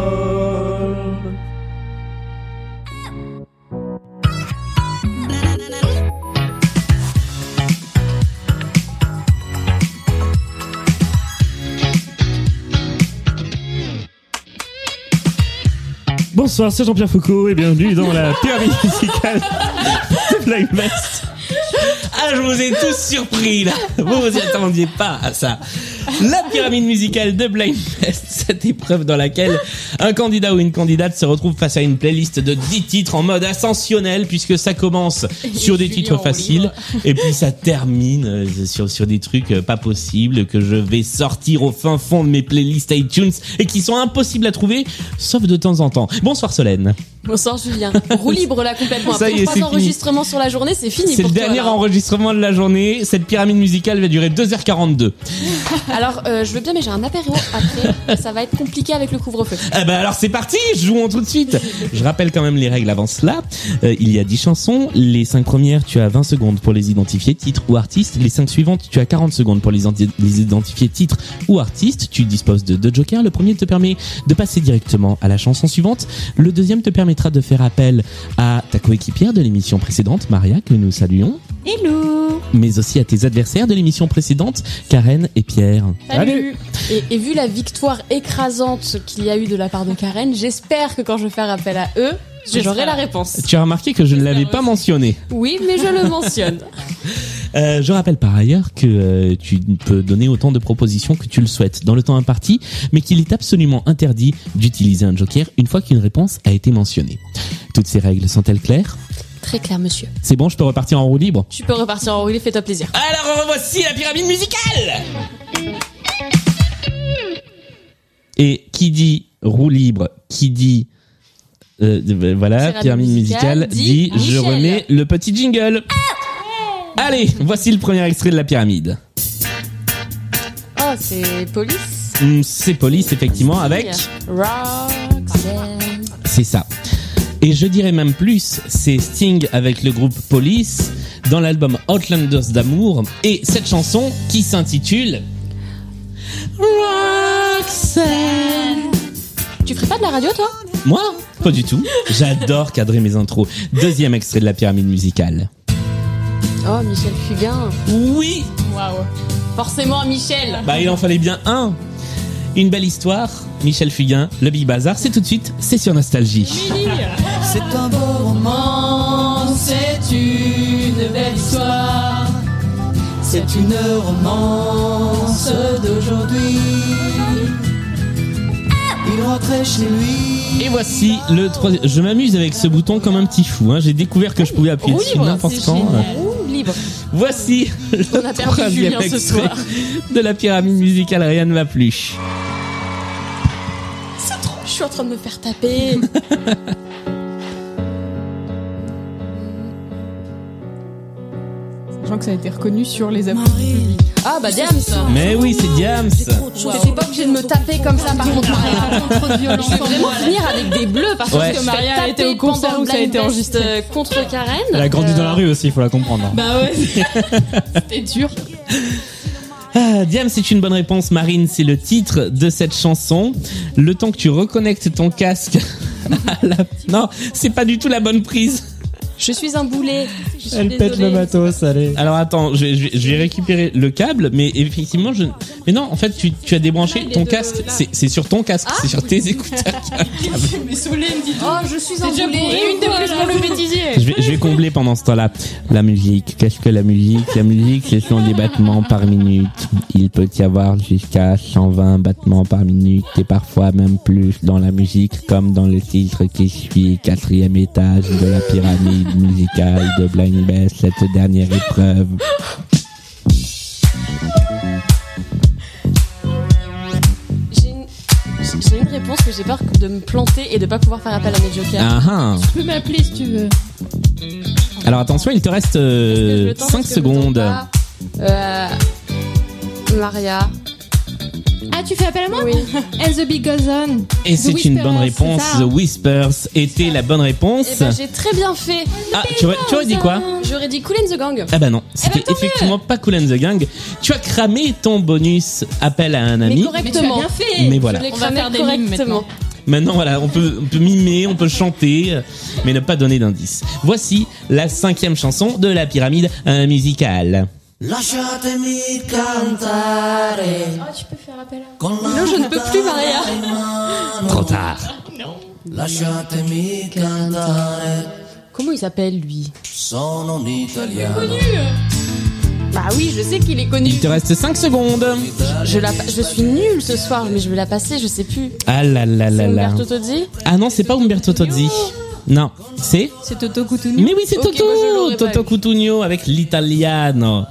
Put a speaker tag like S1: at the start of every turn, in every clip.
S1: Microstodome.
S2: Bonsoir, c'est Jean-Pierre Foucault et bienvenue dans la théorie musicale de Blind Best.
S3: Ah, je vous ai tous surpris là. Vous vous y attendiez pas à ça. La pyramide musicale de Blind Best, cette épreuve dans laquelle un candidat ou une candidate se retrouve face à une playlist de 10 titres en mode ascensionnel puisque ça commence sur des
S4: Julien
S3: titres
S4: en
S3: faciles
S4: livre.
S3: et puis ça termine euh, sur, sur des trucs euh, pas possibles que je vais sortir au fin fond de mes playlists iTunes et qui sont impossibles à trouver sauf de temps en temps. Bonsoir Solène.
S4: Bonsoir Julien. Roue libre là complètement.
S3: Ça
S4: Après
S3: y est,
S4: trois
S3: c'est fini.
S4: enregistrements sur la journée, c'est fini.
S3: C'est le
S4: pour toi,
S3: dernier
S4: là.
S3: enregistrement de la journée. Cette pyramide musicale va durer 2h42.
S4: Alors, euh, je veux bien, mais j'ai un apéro après. ça va être compliqué avec le couvre-feu.
S3: Eh ben alors c'est parti, jouons tout de suite. Je rappelle quand même les règles avant cela. Euh, il y a 10 chansons. Les 5 premières, tu as 20 secondes pour les identifier, titre ou artiste. Les 5 suivantes, tu as 40 secondes pour les, identi- les identifier, titre ou artiste. Tu disposes de deux jokers. Le premier te permet de passer directement à la chanson suivante. Le deuxième te permettra de faire appel à ta coéquipière de l'émission précédente, Maria, que nous saluons.
S4: Hello
S3: Mais aussi à tes adversaires de l'émission précédente, Karen et Pierre.
S2: Salut.
S4: et, et vu la victoire écrasante qu'il y a eu de la part de Karen, j'espère que quand je vais faire appel à eux, j'aurai la réponse.
S3: Tu as remarqué que je ne l'avais pas mentionné.
S4: Oui, mais je le mentionne.
S3: Euh, je rappelle par ailleurs que euh, tu peux donner autant de propositions que tu le souhaites dans le temps imparti, mais qu'il est absolument interdit d'utiliser un joker une fois qu'une réponse a été mentionnée. Toutes ces règles sont-elles claires
S4: Très clair, monsieur.
S3: C'est bon, je peux repartir en roue libre
S4: Tu peux repartir en roue libre, fais-toi plaisir.
S3: Alors voici la pyramide musicale Et qui dit roue libre, qui dit... euh, euh, voilà,
S4: Pyramide
S3: pyramide musicale,
S4: musicale dit
S3: dit je
S4: Michel.
S3: remets le petit jingle. Allez, voici le premier extrait de la pyramide.
S4: Oh, c'est police
S3: Hum, C'est police, effectivement, avec...
S4: Roxanne.
S3: C'est ça. Et je dirais même plus, c'est Sting avec le groupe Police dans l'album Outlanders d'amour et cette chanson qui s'intitule Roxanne.
S4: Tu ferais pas de la radio, toi
S3: Moi Pas du tout. J'adore cadrer mes intros. Deuxième extrait de la pyramide musicale.
S4: Oh, Michel Fugain.
S3: Oui
S4: Waouh. Forcément, Michel.
S3: Bah il en fallait bien un. Une belle histoire, Michel Fugain, le Big Bazar, c'est tout de suite, c'est sur Nostalgie.
S5: C'est un beau roman, c'est une belle histoire. C'est une romance d'aujourd'hui. Il rentrait chez lui.
S3: Et voici le troisième. Je m'amuse avec ce bouton comme un petit fou. Hein. J'ai découvert que je pouvais appuyer
S4: Roue
S3: dessus
S4: libre.
S3: n'importe
S4: bah, c'est
S3: quand.
S4: génial. Roue libre.
S3: Voici
S4: On a
S3: le
S4: perdu
S3: troisième
S4: Julien ce
S3: extrait
S4: soir.
S3: de la pyramide musicale Rien ne va plus.
S4: C'est trop. Je suis en train de me faire taper.
S6: Sachant que ça a été reconnu sur les applis publiques.
S4: Ah bah damn ça.
S3: Mais oui, c'est Diams.
S4: T'étais pas obligé de me taper comme ça par contre Maria. Je vais vraiment finir avec des bleus parce
S3: Ouais.
S4: que
S6: Maria
S4: Maria a été au concert où ça a été enregistré contre Karen. Euh,
S2: Elle a grandi dans la rue aussi, il faut la comprendre.
S6: Bah ouais, c'était dur.
S3: Ah, Diams, c'est une bonne réponse. Marine, c'est le titre de cette chanson. Le temps que tu reconnectes ton casque. à la- Non, c'est pas du tout la bonne prise.
S4: Je suis un boulet. Je suis
S2: Elle pète le
S4: désolée.
S2: matos, allez.
S3: Alors attends, je vais, je vais- je vais récupérer le câble, mais effectivement, je. Mais non, en fait, tu, tu as débranché ton casque. C'est c'est sur ton casque, c'est sur tes écouteurs.
S6: Mais Solène dit
S4: Oh, je suis un
S6: déjà bourré
S4: boulet. Oh
S6: une de plus pour le bêtisier.
S3: Je vais, je vais combler pendant ce temps-là. La musique, qu'est-ce que la musique La musique, ce sont des battements par minute. Il peut y avoir jusqu'à 120 battements par minute et parfois même plus dans la musique, comme dans le titre qui suit, quatrième étage de la pyramide musicale de Blind Best, cette dernière épreuve.
S4: J'ai une... j'ai une réponse que j'ai peur de me planter et de pas pouvoir faire appel à mes jokers.
S3: Ah ah.
S6: Tu peux m'appeler si tu veux.
S3: Alors attention, il te reste
S4: Je
S3: euh,
S4: le tente,
S3: cinq
S4: parce que je le tente
S3: secondes.
S4: pas. Euh, Maria.
S6: Ah Ah, tu fais appel à moi
S4: Oui.
S6: And the beat goes on.
S3: Et c'est une bonne
S6: Whisperers,
S3: réponse.
S6: c'est ça.
S3: The Whispers était la bonne
S4: Eh
S3: réponse.
S4: ben, j'ai très bien fait.
S3: Ah, tu aurais, tu aurais dit quoi
S4: J'aurais dit Cool and the Gang.
S3: Ah bah non,
S4: ben,
S3: c'était
S4: tant mieux.
S3: effectivement pas Cool and the Gang. Tu as cramé ton bonus appel à un
S4: Mais
S3: ami.
S4: correctement.
S6: Mais tu as bien fait.
S3: Mais voilà.
S4: Je l'ai
S6: On va
S4: cramé
S6: faire des mimes
S4: correctement.
S6: maintenant.
S3: Maintenant, voilà, on peut, on peut mimer, on peut chanter, euh, mais ne pas donner d'indice. Voici la cinquième chanson de la pyramide euh, musicale.
S5: Lasciatemi cantare
S6: Ah, tu peux faire appel à
S5: con la
S4: Non, je ne peux plus, Maria.
S5: in mano.
S3: Trop tard.
S5: Lasciatemi cantare,
S4: Comment il s'appelle, lui
S5: sono un italiano.
S4: Bah oui, je sais qu'il est connu.
S3: Il te reste 5 secondes.
S4: Je, la, je suis nulle ce soir, mais je vais la passer, je sais plus.
S3: Ah là là là
S4: C'est
S3: là.
S4: Umberto Tozzi
S3: Ah non, c'est pas Umberto Tozzi. Non, c'est
S6: C'est Toto Coutouni.
S3: Mais oui, c'est
S4: Ok,
S3: Toto
S4: moi, je l'aurais
S3: Toto
S4: pas eu.
S3: Cutugno avec l'Italiano.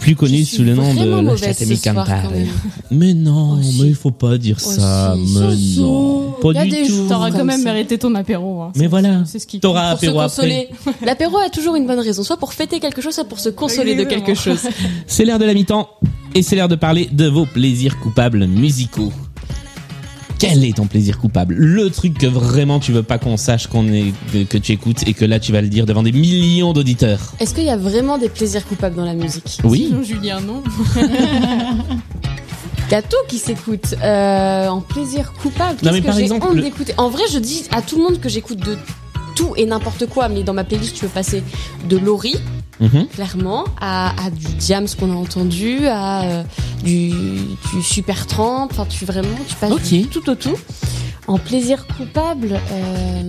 S3: Plus connu
S4: Je suis
S3: sous le nom
S4: vraiment
S3: de La
S4: mauvaise
S3: Châtaignée
S4: ce soir,
S3: Cantare.
S4: quand même.
S3: Mais non,
S4: Oh, si. Oh,
S3: mais il faut pas dire ça.
S4: si.
S3: Mais
S4: Si, si.
S3: non, pas
S4: Il y a
S3: du
S4: des
S3: tout.
S4: gens-
S6: T'auras quand
S4: Comme
S6: même
S4: ça.
S6: mérité ton apéro. hein.
S3: Mais voilà,
S6: C'est ce qui.
S3: t'auras
S4: pour se
S3: apéro après.
S4: consoler. L'apéro a toujours une bonne raison, soit pour fêter quelque chose, soit pour se consoler de quelque chose.
S3: C'est l'heure de la mi-temps et c'est l'heure de parler de vos plaisirs coupables musicaux. Quel est ton plaisir coupable Le truc que vraiment tu veux pas qu'on sache qu'on est que, que tu écoutes et que là tu vas le dire devant des millions d'auditeurs.
S4: Est-ce qu'il y a vraiment des plaisirs coupables dans la musique
S3: Oui.
S6: Non, Julien, non.
S4: T'as tout qui s'écoute euh, en plaisir coupable.
S3: Non,
S4: Qu'est-ce
S3: mais
S4: que
S3: par
S4: j'ai
S3: exemple,
S4: honte
S3: le-
S4: d'écouter En vrai, je dis à tout le monde que j'écoute de tout et n'importe quoi, mais dans ma playlist, tu peux passer de Laurie,
S3: Mhm.
S4: clairement, à, à du Diams qu'on a entendu, à euh, du, du Super Enfin, tu vraiment, tu passes
S3: Ok.
S4: du tout au tout. En plaisir coupable, euh,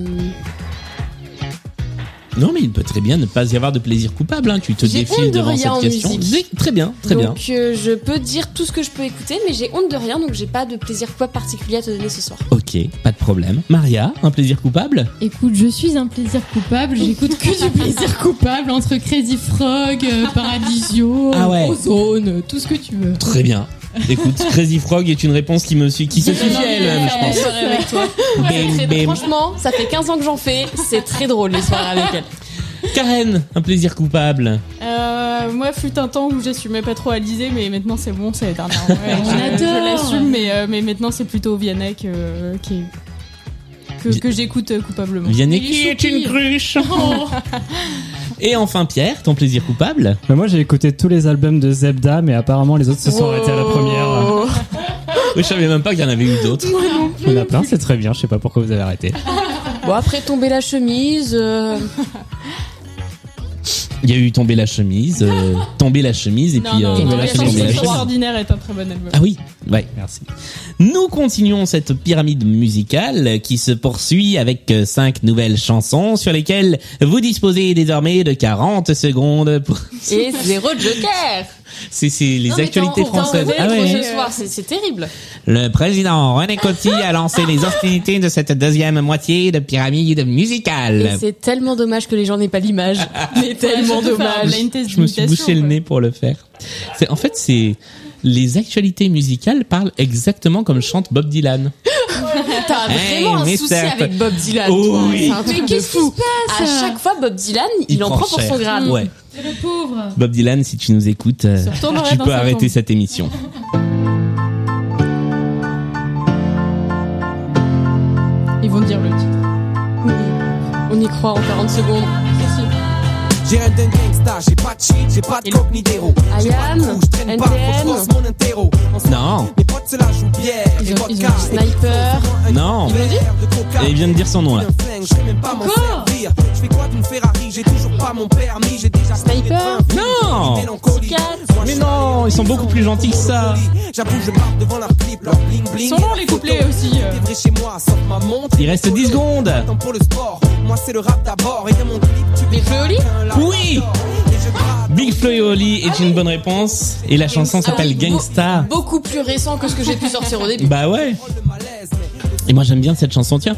S3: Non, mais il peut très bien ne pas y avoir de plaisir coupable. hein. Tu te
S4: J'ai
S3: défiles
S4: honte de
S3: devant
S4: rien en
S3: cette question.
S4: musique.
S3: Oui, Très bien, très bien.
S4: donc euh, je peux dire tout ce que je peux écouter, mais j'ai honte de rien, donc j'ai pas de plaisir coupable particulier à te donner ce soir.
S3: Ok, pas de problème. Maria, un plaisir coupable
S1: Écoute, je suis un plaisir coupable, j'écoute que du plaisir coupable entre Crazy Frog, euh, Paradisio,
S3: Ah ouais.
S1: Ozone, euh, tout ce que tu veux.
S3: Très bien. Écoute, Crazy Frog est une réponse qui me suit, qui se suffit
S6: non,
S3: à
S6: mais-
S3: elle-même, je pense.
S4: avec toi.
S3: Bim, bim.
S4: Franchement, ça fait 15 ans que j'en fais, c'est très drôle les soirées avec elle.
S3: Karen, un plaisir coupable.
S6: Euh, moi, fut un temps où j'assumais pas trop Alizé, mais maintenant c'est bon, c'est la dernière. Ouais,
S1: On
S6: je-
S1: adore.
S6: Je l'assume, mais, euh, mais maintenant c'est plutôt Vianney que, euh, qui est- que,
S3: Vi-
S6: que j'écoute euh, coupablement.
S3: Vianney
S1: Il
S3: qui est
S1: soupire.
S3: une cruche. Et enfin Pierre, ton plaisir coupable.
S7: Mais moi j'ai écouté tous les albums de Zebda, mais apparemment les autres se sont arrêtés
S4: Oh.
S7: à la première.
S3: Je savais même pas qu'il y en avait eu d'autres.
S7: Il y en a plein, c'est très bien, je sais pas pourquoi vous avez arrêté.
S4: Bon, après tomber la chemise. euh,
S3: Il y a eu tomber la chemise, euh, tomber la chemise et
S6: Non,
S3: puis
S6: non,
S3: euh,
S6: non,
S7: Tomber la
S6: la
S7: chemise,
S6: chanson
S7: tomber la chemise.
S6: extraordinaire est un très bon album.
S3: Ah oui, ouais.
S7: Merci.
S3: Nous continuons cette pyramide musicale qui se poursuit avec euh, cinq nouvelles chansons sur lesquelles vous disposez désormais de 40 secondes pour...
S4: Et zéro joker
S3: C'est c'est les
S4: Non, mais
S3: actualités
S4: t'en- t'en
S3: françaises.
S4: veux
S3: Ah
S4: trop
S3: ouais.
S4: ce soir, c'est- C'est terrible.
S3: Le président René Coty a lancé les hostilités de cette deuxième moitié de pyramide
S4: Et
S3: musicale.
S4: c'est tellement dommage que les gens n'aient pas l'image. Mais tellement dommage.
S3: Je me suis bouché le nez pour le faire. C'est en fait c'est les actualités musicales parlent exactement comme chante Bob Dylan.
S4: T'as
S3: Hey,
S4: vraiment un
S3: Mr.
S4: souci avec Bob Dylan.
S3: Oh
S4: toi.
S3: oui.
S4: C'est un truc de fou. À chaque fois, Bob Dylan, il, en prend pour
S3: cher.
S4: son grade.
S3: Ouais.
S1: Le pauvre
S3: Bob Dylan, si tu nous écoutes, euh,
S6: Se retournerait
S3: tu
S6: dans
S3: peux
S6: sa
S3: arrêter
S6: tombe.
S3: cette émission. Ah.
S6: Ils vont dire le titre.
S4: On y croit en 40 secondes.
S8: J'ai rien d'un gangsta, j'ai pas de shit, j'ai pas de coke ni d'héros. J'ai pas
S4: Ayam,
S8: de trou, j'traîne pas,
S4: NTM.
S8: faut que je fasse mon interro. En ce moment,
S3: Non,
S8: Mes potes se lâchent une bière,
S4: Ils
S8: et
S4: ont- ils
S8: vodka,
S4: ont dit
S8: et
S4: Sniper.
S8: un
S3: Non.
S8: verre de coca.
S3: Et il vient de dire son nom, là.
S8: Un flingue, Je sais même pas m'en servir. Je fais quoi d'une Ferrari, j'ai toujours pas mon permis, j'ai déjà pris les
S4: Sniper.
S8: trains,
S3: Non.
S8: mélancolie.
S4: Psychiatre.
S8: Moi,
S3: Mais
S8: je
S3: non, ils sont beaucoup plus gentils que ça.
S8: J'avoue, je marche devant leur clip, leur bling bling.
S6: Sont longs les couplets aussi, euh.
S8: T'es vrai chez moi, sauf ma montre.
S3: Il reste 10 secondes.
S8: Tant pour le sport, moi c'est le rap d'abord. Et dans mon clip, tu
S4: Les feux au lit
S3: Oui. Big Flo et Oli est une bonne réponse et la chanson
S4: Ah oui,
S3: s'appelle
S4: beau-
S3: Gangsta.
S4: Beaucoup plus récent que ce que j'ai pu sortir au début.
S3: Bah ouais. Et moi j'aime bien cette chanson, tiens,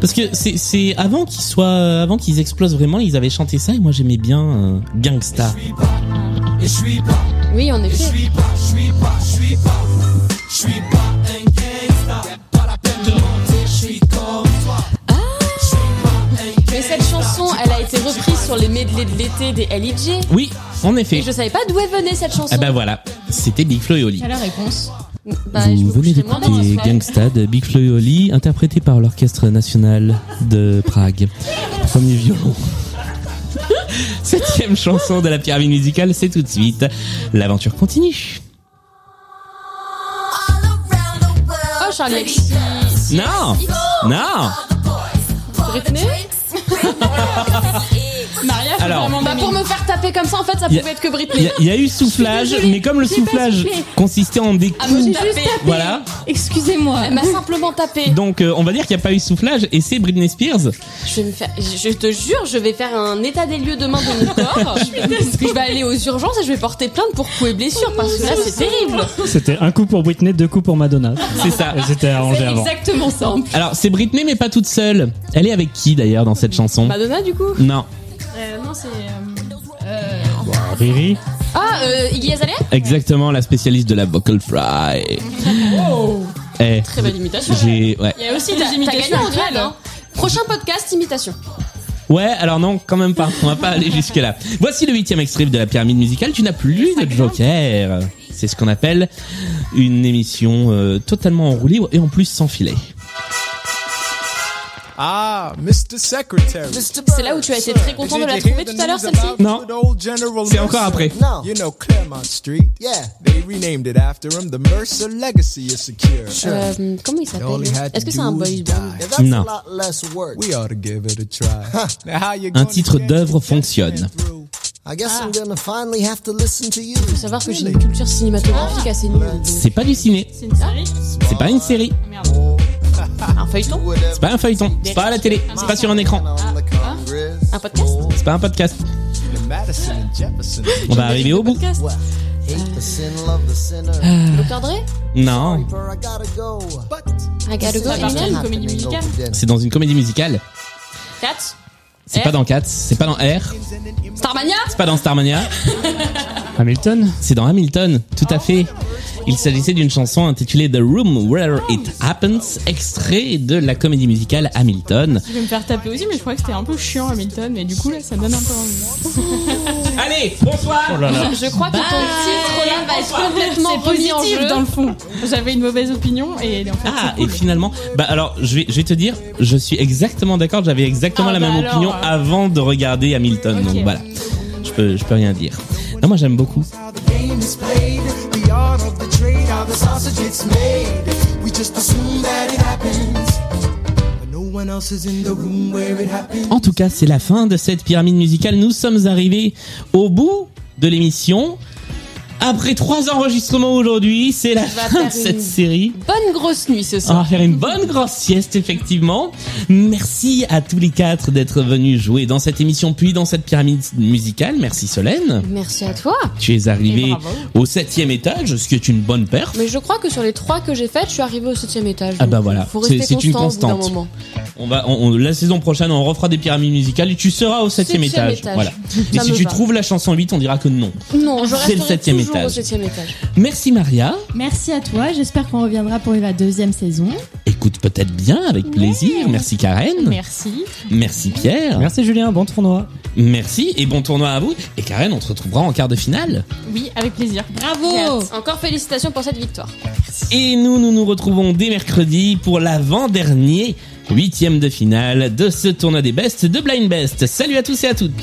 S3: parce que c'est c'est avant qu'ils soient, euh, avant qu'ils explosent vraiment, ils avaient chanté ça et moi j'aimais bien euh, Gangsta.
S8: Et je suis pas,
S4: Oui, en effet.
S8: je suis pas, je suis pas, je suis pas, je suis pas un gangsta. Pas la peine de mentir, je suis comme toi.
S4: Ah. Mais cette chanson, elle a été reprise sur les medley de l'été des LIJ.
S3: Oui, en effet.
S4: Et je savais pas d'où elle venait cette chanson.
S3: Ah bah voilà, c'était Big Flo et Oli.
S1: T'as la réponse.
S4: Bah, je
S3: bah, Vous
S4: me
S3: venez
S4: coucherai moins demain
S3: d'écouter
S4: soir.
S3: Gangsta de Big Flo et Oli, interprété par l'Orchestre National de Prague. Premier violon. Septième chanson de la pyramide musicale, c'est tout de suite. L'aventure continue.
S4: Oh, Charlie XCX.
S3: Non Non
S4: Britney
S6: Maria, c'est
S3: Alors.
S6: vraiment
S4: Bah, pour me faire taper comme ça, en fait, ça
S3: Y a-
S4: pouvait être que
S3: Il
S4: Britney.
S3: y a- il y, a eu soufflage, mais comme le soufflage consistait en
S4: Ah,
S3: des
S6: à me
S3: coups...
S6: taper.
S3: Voilà,
S1: Excusez-moi.
S4: Elle m'a simplement tapé.
S3: donc euh, on va dire qu'il n'y a pas eu soufflage et c'est Britney Spears.
S4: Je vais me faire. Je je te jure, je vais faire un état des lieux demain de mon corps. Parce que je vais aller aux urgences et je vais porter plainte pour coups et blessures parce que là, Oh, c'est terrible.
S7: C'était un coup pour Britney, deux coups pour Madonna.
S3: C'est ça.
S7: Elles étaient arrangées avant.
S1: Exactement ça.
S3: Alors c'est Britney mais pas toute seule. Elle est avec qui d'ailleurs dans cette chanson
S4: Madonna, du coup
S3: Non,
S6: Euh, non, c'est. euh,
S7: Riri,
S4: Ah, euh, Iggy Azalea
S3: exactement la spécialiste de la vocal fry. Eh,
S4: Très belle imitation.
S3: j'ai ouais.
S6: Il y a aussi
S4: T'as
S6: des
S4: t'as gagné
S6: imitations
S4: en duel,
S6: actuelles,
S1: Ah.
S4: hein. Prochain podcast, imitation.
S3: Ouais, alors non, quand même pas. On va pas aller jusque là. Voici le huitième extrait de la pyramide musicale. Tu n'as plus de joker. C'est ce qu'on appelle une émission euh, totalement en roue libre et en plus sans filet.
S9: Ah, Mr. Secretary.
S4: C'est là où tu as été très content de la trouver tout à l'heure, celle-ci.
S3: Non. C'est encore après.
S9: Non. You know Claremont Street. Yeah, they renamed it after him. The Mercer legacy is secure.
S4: Euh, comment il s'appelle Est-ce que c'est un boy band
S3: Non.
S9: We ought to give it a try. Now, how you
S3: Un
S9: gonna
S3: titre
S9: get
S3: d'œuvre
S9: it
S3: fonctionne.
S9: through?
S4: Ah. Faut savoir que j'ai une culture cinématographique assez nulle.
S3: C'est pas du ciné.
S6: C'est une série
S3: C'est pas une série.
S6: Ah, Merde.
S4: Un feuilleton
S3: C'est pas un feuilleton. C'est pas à la télé. C'est pas sur un écran.
S4: Ah. Un podcast
S3: C'est pas un podcast.
S9: Madison and Jefferson.
S3: On va arriver au bout.
S4: Podcast Docteur Dre
S3: Non.
S4: I gotta go
S6: Ça appartient à une
S4: Eminem
S6: comédie musicale.
S3: C'est dans une comédie musicale.
S4: Cats
S3: C'est
S4: R.
S3: pas dans Cats. C'est pas dans R.
S4: Starmania
S3: C'est pas dans Starmania.
S7: Hamilton,
S3: C'est dans Hamilton, tout à fait. Il s'agissait d'une chanson intitulée The Room Where It Happens, extrait de la comédie musicale Hamilton.
S6: Je vais me faire taper aussi, mais je crois que c'était un peu chiant Hamilton, mais du coup là ça donne un peu envie.
S3: Allez, bonsoir
S4: Je crois que ton titre là va être complètement
S6: C'est
S4: remis en
S6: positif
S4: jeu.
S6: dans le fond. J'avais une mauvaise opinion et en fait.
S3: Ah,
S6: c'est
S3: et
S6: cool.
S3: finalement, bah alors, je vais, je vais te dire, je suis exactement d'accord, j'avais exactement
S6: Ah,
S3: la
S6: bah
S3: même
S6: alors,
S3: opinion
S6: euh.
S3: avant de regarder Hamilton,
S6: Ok.
S3: donc voilà. Je peux, je peux rien dire. Non, moi j'aime beaucoup.
S9: How the game is played, the art of the trade, how the sausage gets made. We just assume that it happens. But no one else is in the room where it happens.
S3: En tout cas, c'est la fin de cette pyramide musicale. Nous sommes arrivés au bout de l'émission. Après trois enregistrements aujourd'hui, c'est la
S4: va
S3: fin de
S4: faire une
S3: cette série.
S4: Bonne grosse nuit ce
S3: On
S4: soir.
S3: va faire une bonne grosse sieste, effectivement. Merci à tous les quatre d'être venus jouer dans cette émission, puis dans cette pyramide musicale. Merci Solène.
S4: Merci à toi.
S3: Tu es
S6: Et
S3: arrivée
S6: bravo.
S3: au septième étage, ce qui est une bonne perf.
S4: Mais je crois que sur les trois que j'ai faites, je suis arrivée au septième étage.
S3: Ah
S4: donc
S3: bah voilà,
S4: faut
S3: c'est-
S4: rester
S3: c'est une
S4: constant au bout d'un
S3: constante.
S4: moment.
S3: On va, on- on- la saison prochaine, on refera des pyramides musicales et tu seras au septième
S4: Septième
S3: étage.
S4: étage.
S3: Voilà. Et
S4: Ça
S3: si
S4: me
S3: tu
S4: va.
S3: trouves la chanson 8, on dira que non.
S4: Non, je
S3: C'est le
S4: resterai
S3: septième
S4: toujours
S3: étage.
S4: au septième étage.
S3: Merci Maria.
S1: Merci à toi. J'espère qu'on reviendra pour la deuxième saison.
S3: Écoute peut-être bien, avec plaisir. Merci Karen.
S6: Merci.
S3: Merci Pierre.
S7: merci Julien, bon tournoi.
S3: Merci et bon tournoi à vous. Et Karen, on se retrouvera en quart de finale.
S6: Oui, avec plaisir.
S1: Bravo.
S4: Encore félicitations pour cette victoire.
S3: Et nous, nous nous retrouvons dès mercredi pour l'avant-dernier huitième de finale de ce tournoi des bestes de Blind Best. Salut à tous et à toutes